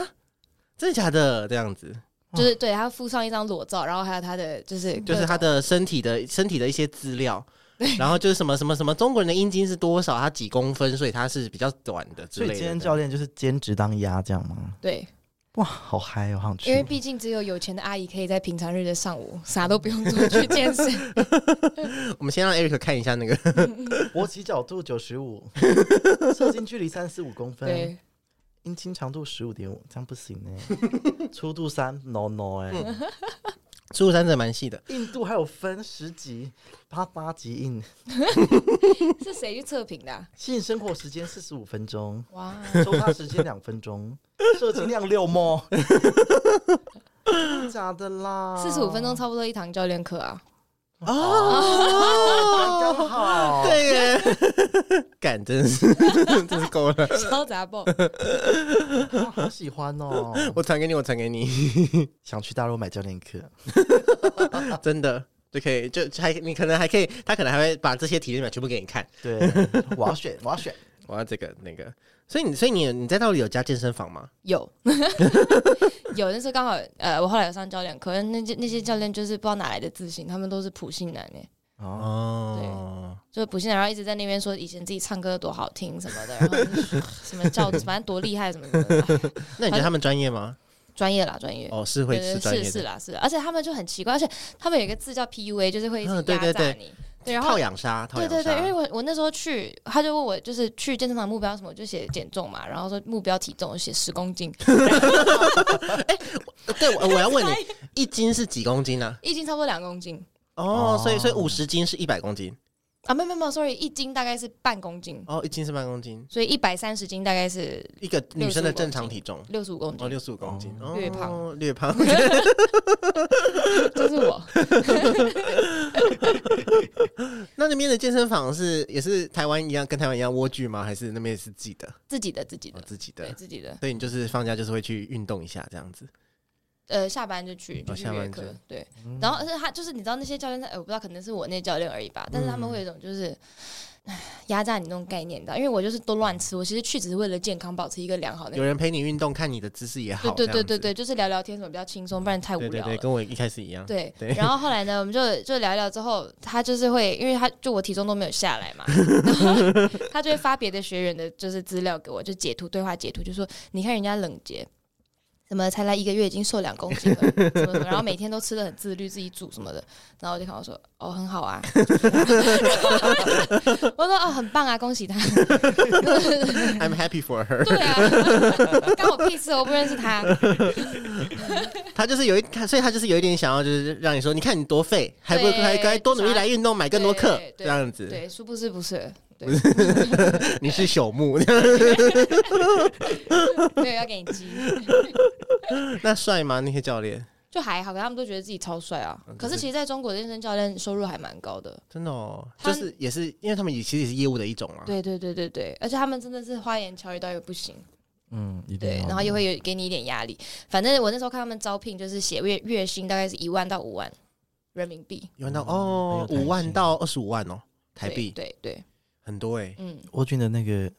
真的假的？这样子，就是对他附上一张裸照，然后还有他的就是就是他的身体的身体的一些资料，然后就是什么什么什么中国人的阴茎是多少，它几公分，所以它是比较短的之所类的。以今天教练就是兼职当鸭这样吗？对，哇，好嗨哦，好想去因为毕竟只有有钱的阿姨可以在平常日的上午啥都不用做去健 身。我们先让 Eric 看一下那个， 勃起角度九十五， 射精距离三十五公分，对，阴茎长度十五点五，这样不行 哎。粗度三，no no 哎。嗯苏珊真的蛮细的，硬度还有分十级，八八级硬。是谁去测评的啊、性生活时间四十五分钟，哇， 收发时间两分 钟，射精量六么？真的假的 啦，四十五分钟差不多一堂教练课啊，哦，刚好，对耶，干真的是 真是够了，超杂爆，我好喜欢哦，我传给你，我传给你， 想去大陆买教练课，真的。就可以，就还你可能还可以，他可能还会把这些体验表全部给你看。对，我要选，我要选，我要这个那个，所以你所以你你在那里有加健身房吗？有 有，那时候刚好呃，我后来有上教练课，那些那些教练就是不知道哪来的自信，他们都是普信男哎，哦，哦，就是普信男，然后一直在那边说以前自己唱歌多好听什么的，然后 就是什么教反正多厉害什么的，哎那你觉得他们专业吗？专业啦，专业。哦，是会对吃对专业是的，是啦是啦，而且他们就很奇怪，而且他们有一个字叫 PUA，就是会一直嗯对压榨你，对对对然后套养鲨，套对养对对，因为鲨。我我那时候去，他就问我就是去健身房目标什么，我就写减重嘛，然后说目标体重我写十公斤， 对，我我要问你，一斤是几公斤呢？一斤差不多两公斤哦哦，所以所以五十斤是一百公斤，啊，没有没有没有，sorry，一斤大概是半公斤，哦，一斤是半公斤，所以一百三十斤大概是一个女生的65公斤正常体重。六十五公哦，斤，六十五公斤，哦略胖，略胖。 这是我那那边的健身房是也是台湾一样，跟台湾一样蜗居吗？还是那边也是自己的？自己的自己哦的，自己对的。自己的，所以你就是放假就是会去运动一下这样子。呃，下班就去就去哦下约班课就，嗯对，然后而且他就是你知道那些教练在，呃我不知道可能是我那教练而已吧，嗯但是他们会有一种就是。唉压榨你那种概念，你知道？因为我就是都乱吃，我其实去只是为了健康，保持一个良好的有人陪你运动，看你的姿势也好。对这样对对子对对，就是聊聊天什么比较轻松，不然太无对对聊对，了。跟我一开始一样。对嗯对然后后来呢，我们就就聊一聊之后，他就是会，因为他就我体重都没有下来嘛，然后他就会发别的学员的就是资料给我，就截图对话截图，就说你看人家冷杰，怎么才来一个月已经瘦两公斤了，什么什么，然后每天都吃的很自律，自己煮什么的，然后我就看我说哦很好啊， 我说哦很棒啊，恭喜他， I'm happy for her。对啊， 干我屁事，我不认识他，他就是有一，他所以他就是有一点想要，就是让你说，你看你多废，还不对还该多努力来运动，买更多课对这对样子。对，殊不知不是。对， 你是朽木，对，要给你鸡， 那帅吗？那些教练就还好，可他们都觉得自己超帅啊。嗯可是其实在中国的健身教练收入还蛮高的，真的哦，就他是也是因为他们也其实也是业务的一种嘛。对对对对对，而且他们真的是花言巧语到也不行，嗯，一定对，要然后又会有给你一点压力。反正我那时候看他们招聘，就是写月月薪大概是一万到五万人民币，有人到嗯哦，很有五弹性万到二十五万哦，台对币对对，很多哎，嗯。沃君的那个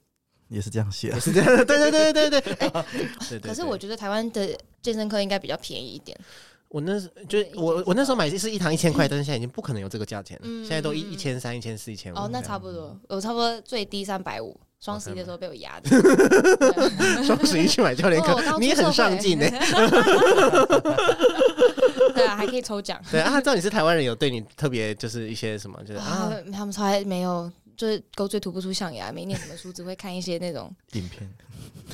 也是这样写也，是这样。 对对对对对对，哎， 对对可是对我觉得台湾的健身课应该比较便宜一点，我那时就是对我一千我那时候买是一堂一千块，但是现在已经不可能有这个价钱了，嗯现在都一嗯嗯一千三、一千四、一千五。哦，那差不多，我差不多最低三百五，双十一的时候被我压啊的。 双十一去买教练哦我刚课，出你也很社会上进呢。欸 对啊，还可以抽奖。对啊，他知道你是台湾人，有对你特别就是一些什么，就是啊啊，，他们从来没有，就是狗嘴吐不出象牙，没念什么书，只会看一些那种 影片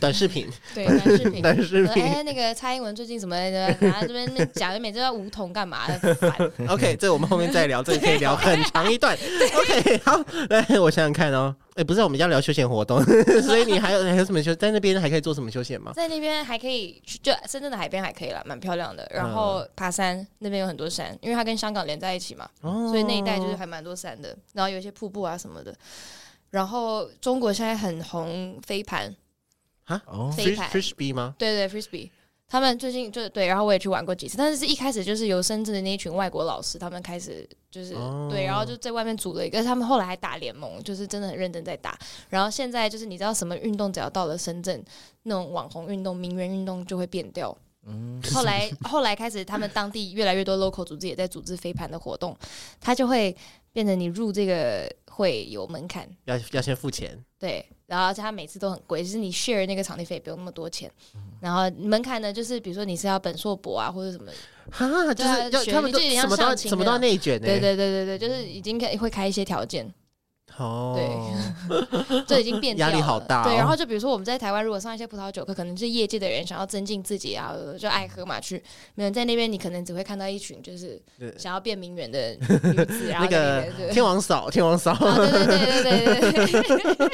短视频，对短 视频。短视说频。哎，那个蔡英文最近什么， 然后这边讲，每次都要梧桐干嘛？烦 OK，这我们后面再聊，这个可以聊很长一段。OK，好，来我想想看哦。哎，不是，我们要聊休闲活动， 所以你还有还有什么休在那边还可以做什么休闲吗？在那边还可以去，就深圳的海边还可以了，蛮漂亮的。然后爬山，那边有很多山，因为它跟香港连在一起嘛，哦所以那一带就是还蛮多山的。然后有一些瀑布啊什么的。然后中国现在很红飞盘，哦，飞 fish 盘 frisbee 吗？对对，frisbee，他们最近就对，然后我也去玩过几次，但是是一开始就是由深圳的那一群外国老师，他们开始就是、哦对，然后就在外面组了一个，他们后来还打联盟，就是真的很认真在打。然后现在就是你知道什么运动，只要到了深圳，那种网红运动、名媛运动就会变掉。嗯，后来后来开始，他们当地越来越多 local 组织也在组织飞盘的活动，它就会变成你入这个会有门槛，要要先付钱，对，然后而且它每次都很贵，就是你 share 那个场地费也不用那么多钱。然后门槛呢，就是比如说你是要本硕博啊，或者什么，哈，就对啊是要学他们都就有点什像么都要上清什么都要那内卷呢。欸对对对对对，就是已经开会开一些条件， 哦，就已经变掉压力了好大哦对，然后就比如说我们在台湾如果上一些葡萄酒课，可能是业界的人想要增进自己啊，就爱喝嘛去，没有在那边你可能只会看到一群就是对想要变名媛的 女子，那然后在个那边对。天王嫂，天王嫂， 啊，对对对对对对 对，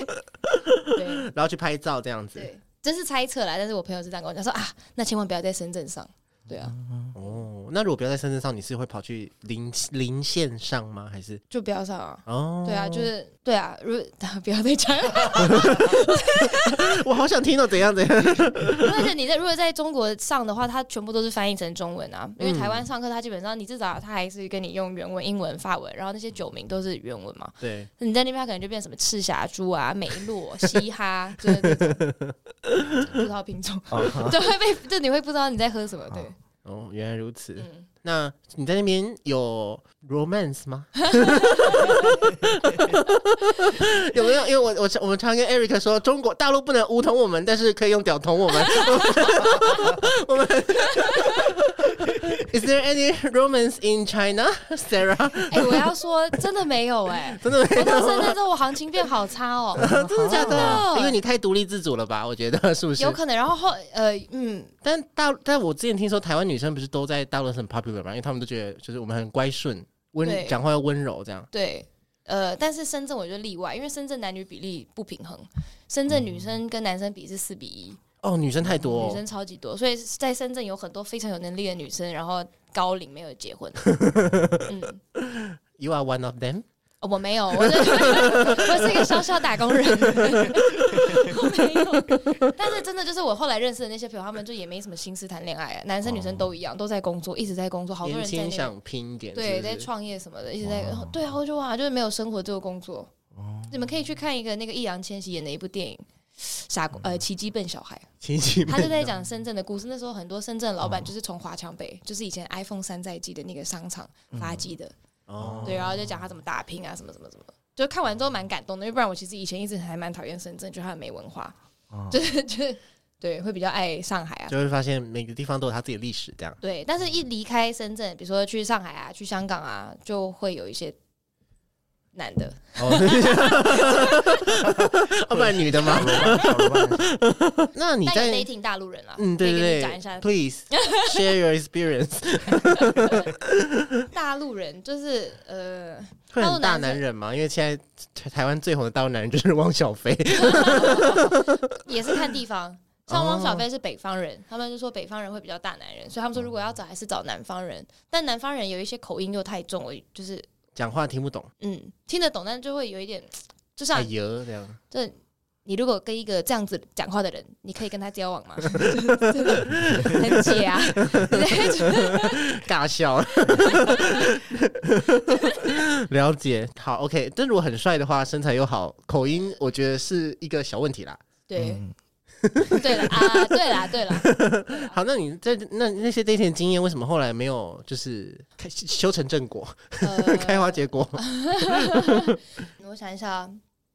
对然后去拍照这样子。对，这是猜测啦。但是我朋友是这样跟我讲说啊，那千万不要在深圳上。对啊，哦，那如果不要在深圳上，你是会跑去零零线上吗？还是就不要上啊。哦？对啊，就是对啊，如 不要再讲。 我好想听到怎样怎样。 而且你在如果在中国上的话，它全部都是翻译成中文啊，因为台嗯湾上课它基本上你至少它还是跟你用原文、英文、法文，然后那些酒名都是原文嘛。对，你在那边它可能就变什么赤霞珠啊、梅洛、嘻哈，就是那种 不知道品种， 就会被就你会不知道你在喝什么。对，哦，原来如此。嗯，那你在那边有 romance 吗？ 有没有？因为我我我们常跟 Eric 说，中国大陆不能梧桐我们，但是可以用屌捅我们。 我们 Is there any romance in China, Sarah？哎、我要说真的没有哎、 真的没我到深圳之后，我行情变好差哦、有，真的假的？的因为你太独立自主了吧？我觉得 是不是有？可能。然后后呃嗯，但大但我之前听说台湾女生不是都在大陆很 popular 嘛，因为他们都觉得就是我们很乖顺，温对讲话要温柔这样。对，呃，但是深圳我觉得例外，因为深圳男女比例不平衡，深圳女生跟男生比是四比一、哦，女生太嗯多、女生超级多，所以在深圳有很多非常有能力的女生，然后高龄没有结婚。嗯， You are one of them。哦我没有，我是 我是一个小小打工人， 我没有。但是真的就是我后来认识的那些朋友，他们就也没什么心思谈恋爱，啊男生女生都一样，都在工作，一直在工作，好多哦年人在轻那个想拼一点，对，是不在是创业什么的，一直在对啊，我就哇，就是没有生活，只有工作。你们可以去看一个那个易烊千玺演的一部电影。傻嗯瓜呃，奇迹笨小 孩，亲戚他就在讲深圳的故事。那时候很多深圳老嗯板就是从华强北，就是以前 iPhone 山寨机的那个商场发迹的，嗯哦，对，然后就讲他怎么打拼啊，什么什么什么。就看完之后蛮感动的，因为不然我其实以前一直还蛮讨厌深圳，觉得它没文化，哦就是就是对，会比较爱上海啊就会发现每个地方都有他自己的历史， 这样对，但是一离开深圳，比如说去上海啊、去香港啊，就会有一些男的，哦，要不然女的 吗？那你但在有 dating 大陆人啊，嗯，对可以跟你对讲一下对，please share your experience，大陆人就是呃，会大很陆大男男人吗？因为现在台湾最红的大陆男人就是汪小菲，也是看地方。像汪小菲是北方人，他们就说北方人会比较大男人，所以他们说如果要找还是找南方人，但南方人有一些口音又太重，我就是讲话听不懂，嗯听得懂，但就会有一点，就哎像呦这样，这你如果跟一个这样子讲话的人，你可以跟他交往 吗？ 很解啊， 尬笑， 了解，好，OK，但如果很帅的话，身材又好，口音我觉得是一个小问题啦。对嗯对了啊，对啦 对啦，好，那你在那那些 dating 经验，为什么后来没有就是开修成正果、呃开花结果？我想一下啊，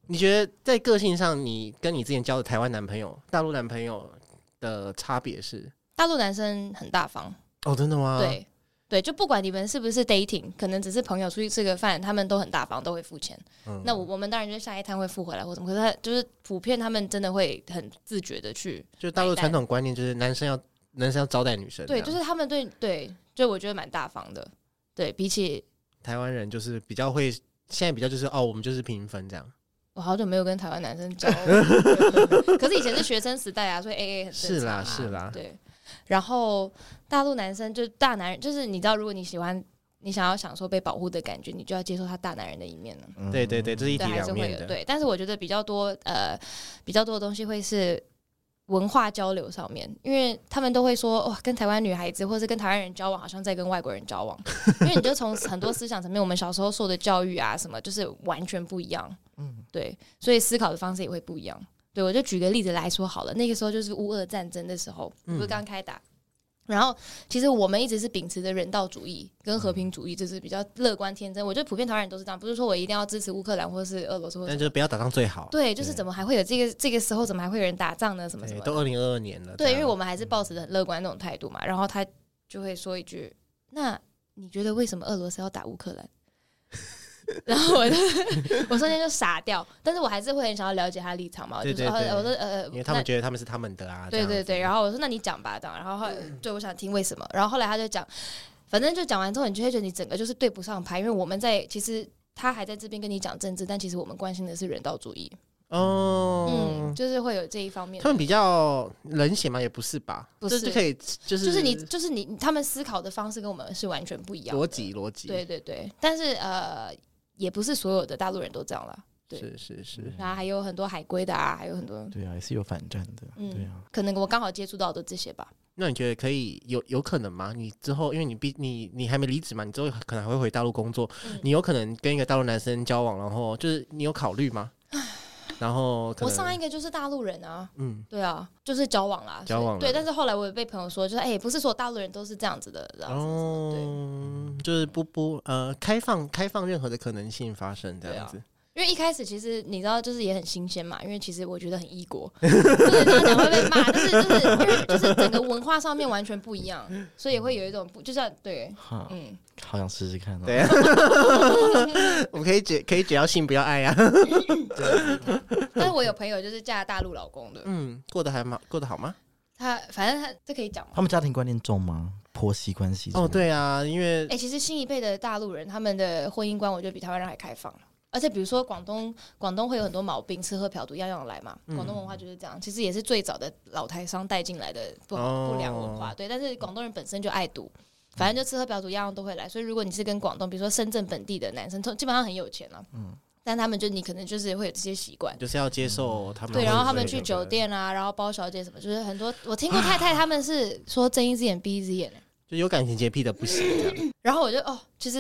你觉得在个性上，你跟你之前交的台湾男朋友、大陆男朋友的差别是？大陆男生很大方，哦，真的吗？，对对，就不管你们是不是 dating，可能只是朋友出去吃个饭，他们都很大方，都会付钱。嗯那我我们当然就是下一摊会付回来或什么，可是他就是普遍他们真的会很自觉的去，就大陆传统观念就是男生要男生要招待女生这对，样，就是他们对对，就我觉得蛮大方的。对比起台湾人就是比较会。现在比较就是哦，我们就是平分这样，我好久没有跟台湾男生交 往，可是以前是学生时代啊，所以 A A 很正是常、啦啊、是啦对。然后大陆男生就大男人，就是你知道，如果你喜欢，你想要享受被保护的感觉，你就要接受他大男人的一面了。嗯对对对，这是一体对，还两是会面有的。对，但是我觉得比较多呃，比较多的东西会是文化交流上面，因为他们都会说哇，跟台湾女孩子或是跟台湾人交往，好像在跟外国人交 往，因为你就从很多思想层面，我们小时候受的教育啊什么，就是完全不一样。嗯对，所以思考的方式也会不一样。对，我就举个例子来说好了，那个时候就是乌俄战争的时候，嗯不是刚开打。然后，其实我们一直是秉持着人道主义跟和平主义，就是比较乐观天真。我觉得普遍台湾人都是这样，不是说我一定要支持乌克兰或是俄罗斯或者但就是不要打仗最好。对，就是哎对怎么还会有这个这个时候，怎么还会有人打仗呢？什么什对，么的？哎都二零二二年了。对，这因样为我们还是抱持着很乐观那种态度嘛。然后他就会说一句：“那你觉得为什么俄罗斯要打乌克兰？” 然后我就我瞬间就傻掉，但是我还是会很想要了解他的立场嘛。我就对说：“对对呃我说呃，因为他们那觉得他们是他们的啊。对对对。”后然后我说：“那你讲吧，这样。”然后后来就我想听为什么。然后后来他就讲，反正就讲完之后，你就会觉得你整个就是对不上拍，因为我们在其实他还在这边跟你讲政治，但其实我们关心的是人道主义。哦嗯，，就是会有这一方面的。他们比较冷血吗？也不是吧，不这是就可以就是就是你，就是你，他们思考的方式跟我们是完全不一样的逻。辑逻辑，对，对对，但是呃，也不是所有的大陆人都这样啦。对嗯是是是，然后还有很多海归的啊，还有很多，对啊，也是有反战的，嗯对啊，可能我刚好接触到的这些吧。那你觉得可以有有可能吗？你之后因为你毕你你还没离职嘛，你之后可能还会回大陆工作，嗯你有可能跟一个大陆男生交往，然后就是你有考虑吗？然后可我能上一个就是大陆人啊，嗯对啊，就是交往啦，交往所以对。了但是后来我也被朋友说，就是哎、不是所有大陆人都是这样子的，这样子。哦，就是不不呃开放开放任何的可能性发生这样子，因为一开始其实你知道，就是也很新鲜嘛，因为其实我觉得很异国， 就是这样讲会被骂，但是就是因为就是整个文化上面完全不一样，所以也会有一种不，就像对，哈，嗯，好想试试看哦。 对我们可以解可以解到性不要爱啊，但是我有朋友就是嫁大陆老公的，嗯，过得还蛮过得好吗？他反正他这可以讲吗？他们家庭观念重吗？婆媳关系重哦，，对啊，因为哎、其实新一辈的大陆人，他们的婚姻观，我觉得比台湾人还开放。而且比如说广东，广东会有很多毛病，吃喝嫖赌样样来嘛。广东文化就是这样，其实也是最早的老台商带进来的不好、哦不良文化。对，但是广东人本身就爱赌，反正就吃喝嫖赌样样都会来。所以如果你是跟广东，比如说深圳本地的男生，基本上很有钱了、嗯，但他们就你可能就是会有这些习惯。就是要接受他们的对，婚姻然后他们制去度酒，店啊，然后包小姐什么，就是很多我听过太太他们是说睁一只眼闭一只眼、欸就有感情洁癖的不行，这样然后我就哦，其实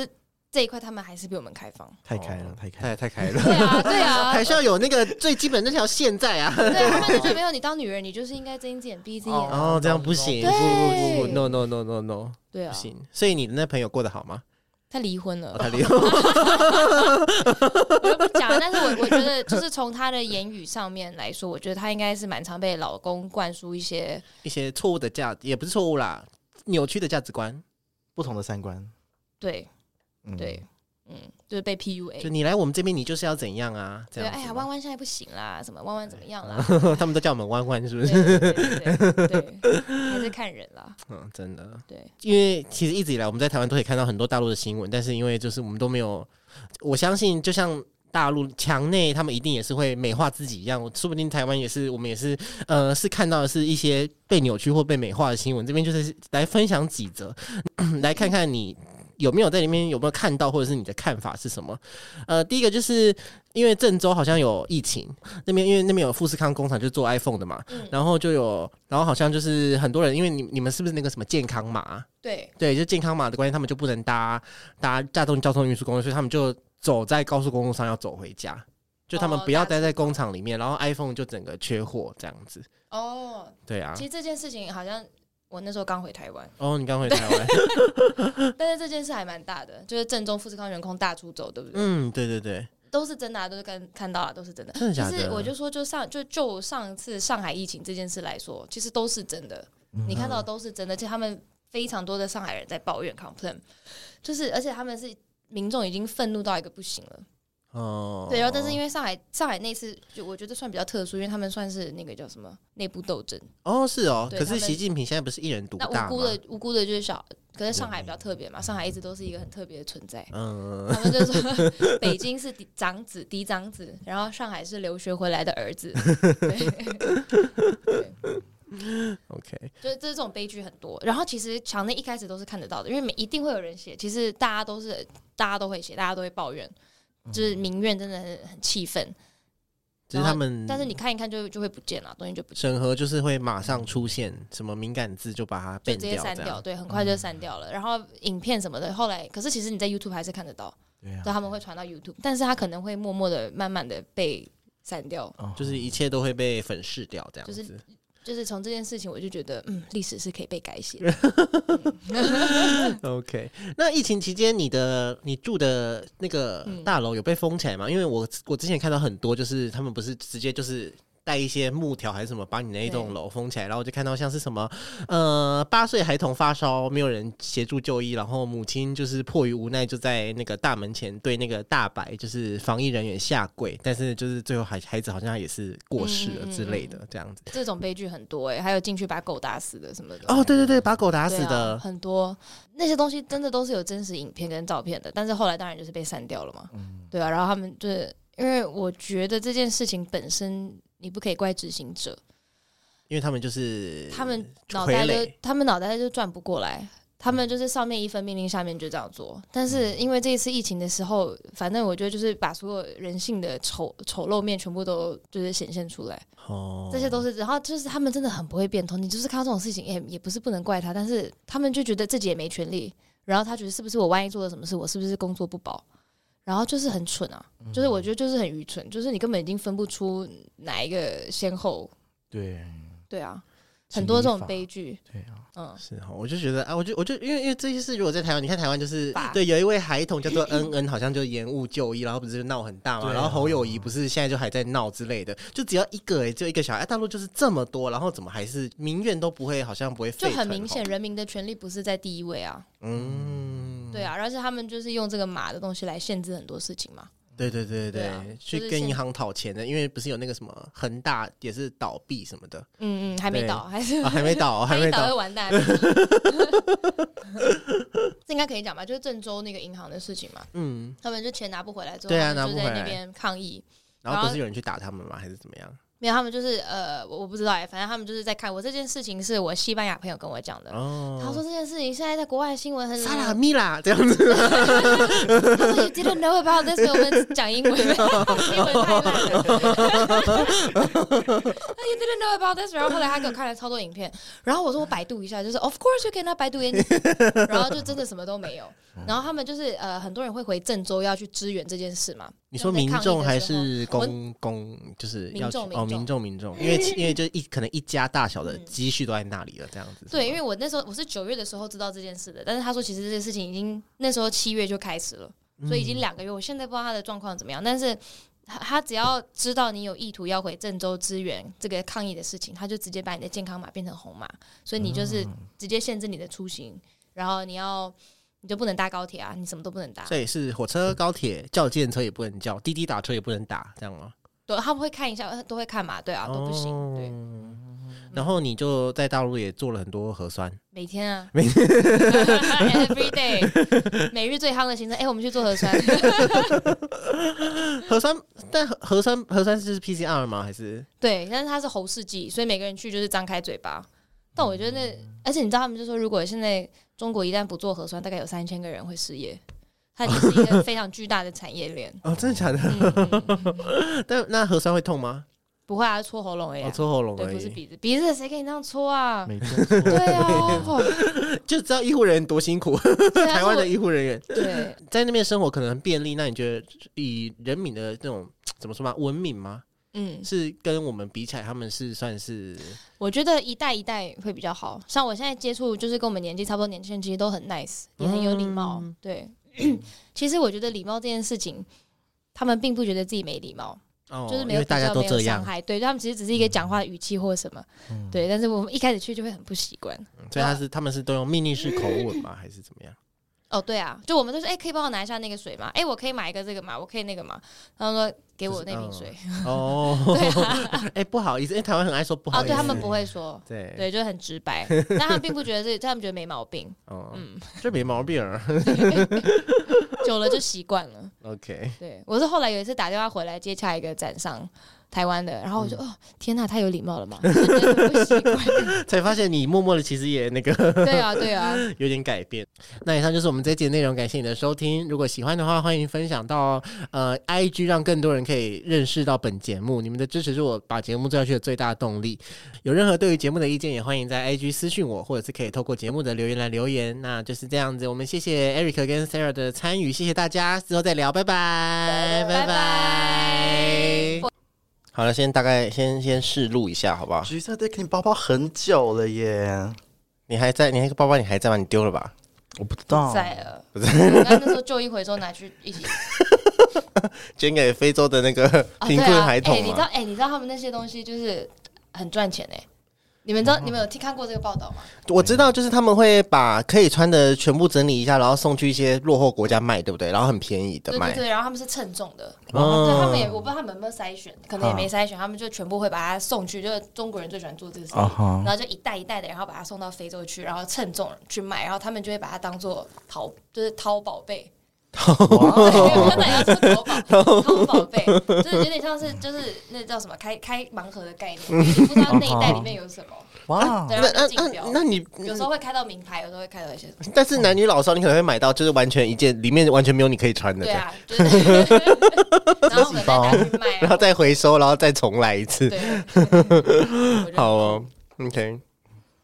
这一块他们还是比我们开放。太开了，哦太开太了。太开了。对啊，对啊， 还是要有那个最基本那条线在啊！对啊，他们就觉得没有你当女人，你就是应该睁一只眼闭一只眼啊。哦，这样不行，不对不不不，no no no no no，对不啊，行。所以你的那朋友过得好吗？他离婚哦了，他离我就不讲了。但是我我觉得，就是从他的言语上面来说，我觉得他应该是蛮常被老公灌输一些，一些错误的价，也不是错误啦，扭曲的价值观。不同的三观，对嗯对，，嗯，就是被就 PUA。你来我们这边，你就是要怎样啊？这对，样哎子呀，吗弯弯现在不行啦，什么弯弯怎么 样啦？他们都叫我们弯弯，是不对是？对对对对，还是看人啦。嗯，真的，对，因为其实一直以来我们在台湾都可以看到很多大陆的新闻，但是因为就是我们都没有，我相信就像。大陆墙内，他们一定也是会美化自己一样，说不定台湾也是，我们也是，呃，是看到的是一些被扭曲或被美化的新闻。这边就是来分享几则， 来看看你有没有在里面有没有看到，或者是你的看法是什么。呃，第一个就是因为郑州好像有疫情，那边因为那边有富士康工厂就是做 iPhone 的嘛，嗯然后就有，然后好像就是很多人，因为你你们是不是那个什么健康码啊、对，对，就健康码的关系，他们就不能搭搭大众交通运输工具，所以他们就走在高速公路上要走回家，就他们哦不要大待在工厂里面，然后 iPhone 就整个缺货这样子。哦，对啊其，实这件事情好像我那时候刚回台湾， 哦，你刚回台湾，但是这件事还蛮大的，就是郑州富士康员工大出走，对不对？嗯，对对对，都是真的、啊，都是看看到啊，都是真的。真的其假实的？我就说，就上就就上次上海疫情这件事来说，其实都是真的，嗯你看到的都是真的。其实他们非常多的上海人在抱怨 complain，就是而且他们是民众已经愤怒到一个不行了。哦，对，然后但是因为为上海上海那次，就我觉得算比较特殊，因为他们算是那个叫什么内部斗争，哦是哦，对可他是们习近平现在不是一人独那大吗无辜？的无辜的就是小，可是上海比较特别嘛，上海一直都是一个很特别的存 在。嗯，他们就说北京是嫡长子、嫡长子，然后上海是留学回来的儿子。对，对 OK，就是这种悲剧很多。然后其实墙内一开始都是看得到的，因为每一定会有人写，其实大家都是大家都会写，大家都会抱怨，嗯嗯就是民怨真的很很气愤。只是他们，但是你看一看就就会不见了，东西就不见，审核就是会马上出现什么敏感字，就把它就 ban 直接掉删这掉，样。嗯对，很快就删掉了。然后影片什么的，后来可是其实你在 YouTube 还是看得到，对啊对，，他们会传到 YouTube，但是他可能会默默的、慢慢的被删掉。哦就是一切都会被粉饰掉，这样就是子。就是从这件事情，我就觉得，嗯，历史是可以被改写的。 OK，那疫情期间，你的你住的那个嗯大楼有被封起来吗？因为我我之前看到很多，就是他们不是直接就是带一些木条还是什么，把你那一栋对楼封起来，然后我就看到像是什么呃八岁孩童发烧，没有人协助就医，然后母亲就是迫于无奈，就在那个大门前对那个大白就是防疫人员下跪，但是就是最后孩孩子好像也是过世了嗯嗯嗯之类的这样子。 这种悲剧很多哎、还有进去把狗打死的什么的。哦，对对对，把狗打死打的，很多，那些东西嗯真的都是有真实影片跟照片的，但是后来当然就是被删掉了嘛。对啊，然后他们就是因为我觉得这件事情本身你不可以怪执行者，因为他们就是啊他们脑袋呃傀就儡他们脑袋就转不过来，他们就是上面一份命令，下面就这样做。但是嗯因为这一次疫情的时候，反正我觉得就是把所有人性的丑丑陋面全部都就是显现出来，哦，这些都是。然后就是他们真的很不会变通，你就是看到这种事情，也也不是不能怪他，但是他们就觉得自己也没权利，然后他觉得是不是我万一做了什么事，我是不是工作不保？然后就是很蠢啊，嗯就是我觉得就是很愚蠢，就是你根本已经分不出哪一个先后，对，对啊，牵很一多这种发悲剧，对啊，嗯，是哈，我就觉得啊，我就我就因为因为这些事，如果在台湾，你看台湾就是爸对，有一位孩童叫 做恩恩，好像就延误就医，然后不是就闹很大嘛，对啊然后侯友谊不是现在就还在闹之类的，就只要一个哎、只有一个小孩，啊、大陆就是这么多，然后怎么还是民怨都不会，好像不会沸就腾，很明显，，人民的权利不是在第一位啊，嗯，对啊，而且他们就是用这个马的东西来限制很多事情嘛。对对对对对啊就去是跟现银行讨钱的，因为不是有那个什么恒大也是倒闭什么的，嗯嗯，还没对倒， 还是啊、还没倒，还万一没倒哦倒就，完蛋。 这应该可以讲吧？就是郑州那个银行的事情嘛，嗯，他们就钱拿不回来之后，对啊他们就拿不在回来那边抗议。然然后不后是有人去打他们吗？还是怎么样？没有，他们就是呃，我我不知道哎、反正他们就是在看我这件事情，是我西班牙朋友跟我讲的。哦，他说这件事情现在在国外新闻很，萨拉米啦这样子，他说 You didn't know about this，我们讲英文，英文太烂了。You didn't know about this，然后后来他给我看了超多影片，然后我说我百度一下，就是 Of course you cannot 百度 anything，然后就真的什么都没有。然后他们就是呃，很多人会回郑州要去支援这件事嘛。你说那在民抗议众的还时候是我公公，就是要民众去哦，民民众民众， 因为其因为就一可能一家大小的积蓄都在那里了，这样子。对，是因吗为我那时候我是九月的时候知道这件事的，但是他说其实这件事情已经那时候七月就开始了，嗯所以已经两个月，我现在不知道他的状况怎么样，但是他他只要知道你有意图要回郑州支援这个抗议的事情，他就直接把你的健康码变成红码，所以你就是嗯直接限制你的出行，然后你要你就不能搭高铁啊，你什么都不能搭。所以是火车、高铁叫计程车也不能叫，滴滴打车也不能打，这样吗？对，他们会看一下，呃都会看嘛，对啊，都不行。对，哦然后你就在大陆也做了很多核酸，每天啊，每 天 every day，每日最夯的行程，哎、我们去做核酸。核酸，但核核酸核酸是 PCR 吗？还是对，但是它是猴世纪，所以每个人去就是张开嘴巴。但我觉得那，嗯而且你知道他们就说，如果现在中国一旦不做核酸，大概有三千个人会失业，它已经是一个非常巨大的产业 链。哦，真的假的？嗯嗯、但那核酸会痛吗？不会啊，搓喉咙而已、哦，啊。搓喉咙对，而不 是已，鼻子，鼻子谁给你那样搓啊？每天 对啊，哦就知道医护人员多辛苦，对啊台湾的是医护人员。我对，在那边生活可能很便利，那你觉得以人民的这种怎么说嘛，文明吗？嗯，是跟我们比起来，他们是算是我觉得一代一代会比较好。像我现在接触，就是跟我们年纪差不多年轻人，其实都很 nice，也很有礼貌。嗯对， 其实我觉得礼貌这件事情，他们并不觉得自己没礼貌。哦，就是没因有为比大家较都没有这伤样，嗯害，对，他们其实只是一个讲话语气或什么，嗯对。但是我们一开始去就会很不习惯。所以他是他们是都用命令式口吻吗？还是怎么样？哦，对啊，就我们都说，哎、可以帮我拿一下那个水吗？哎、我可以买一个这个吗？我可以那个吗？然后说给我那嗯瓶水。 哦，哎、不好意思，因为台湾很爱说不好啊意哦，思，对他们不会说，对对，就很直 白，但他们并不觉得这，他们觉得没毛病，哦，嗯，这没毛病儿。 久了就习惯了。 OK，对我是后来有一次打电话回来接洽一个展商。台湾的，然后我嗯就、哦，天呐，太有礼貌了嘛， 真的不习惯。 才发现你默默的其实也那个对啊，对啊，有点改变。那以上就是我们这一集的内容，感谢你的收听。如果喜欢的话，欢迎分享到呃 IG，让更多人可以认识到本节目。你们的支持是我把节目做下去的最大动力。有任何对于节目的意见，也欢迎在 IG 私讯我，或者是可以透过节目的留言来留言。那就是这样子，我们谢谢 Eric 跟 Sarah 的参与，谢谢大家，之后再聊，拜拜，拜拜拜好了，先大概先先试录一下，好不好？橘色 Dick，你包包很久了耶，你还在？你那个包包你还在吗？你丢了吧？我不知哦道，在了，不是，我刚那时候就医回收拿去一起捐给非洲的那个啊贫对困孩童啊哎你嘛知道，哎、你知道他们那些东西就是很赚钱哎、你们知道、哦你们有听看过这个报道吗？我知道，就是他们会把可以穿的全部整理一下，然后送去一些落后国家卖，对不对？然后很便宜的对卖对。对，然后他们是称重的，哦对他们也我不知道他们有没有筛选，可能也没筛选，他们就全部会把它送去，就是中国人最喜欢做这个事情。啊哈然，后就一袋一袋的，然后把它送到非洲去，然后称重去卖，然后他们就会把它当做淘，就是淘宝贝， 对原本要吃 淘哦宝，淘宝贝，就是有点像是就是那叫什么开开盲盒的概念，你不知道那一袋里面有什么， 哇，对，然那那后就竞标那。那你，有时候会开到名牌，有时候会开到一些什么，但是男女老少，你可能会买到就是完全一件里面完全没有你可以穿的这对样，啊，就是 然后我们再拿去卖 然后啊，再回收，然后再哦重来一次。对， 好哦，OK，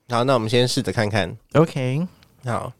好，那我们先试着看看。 OK，好，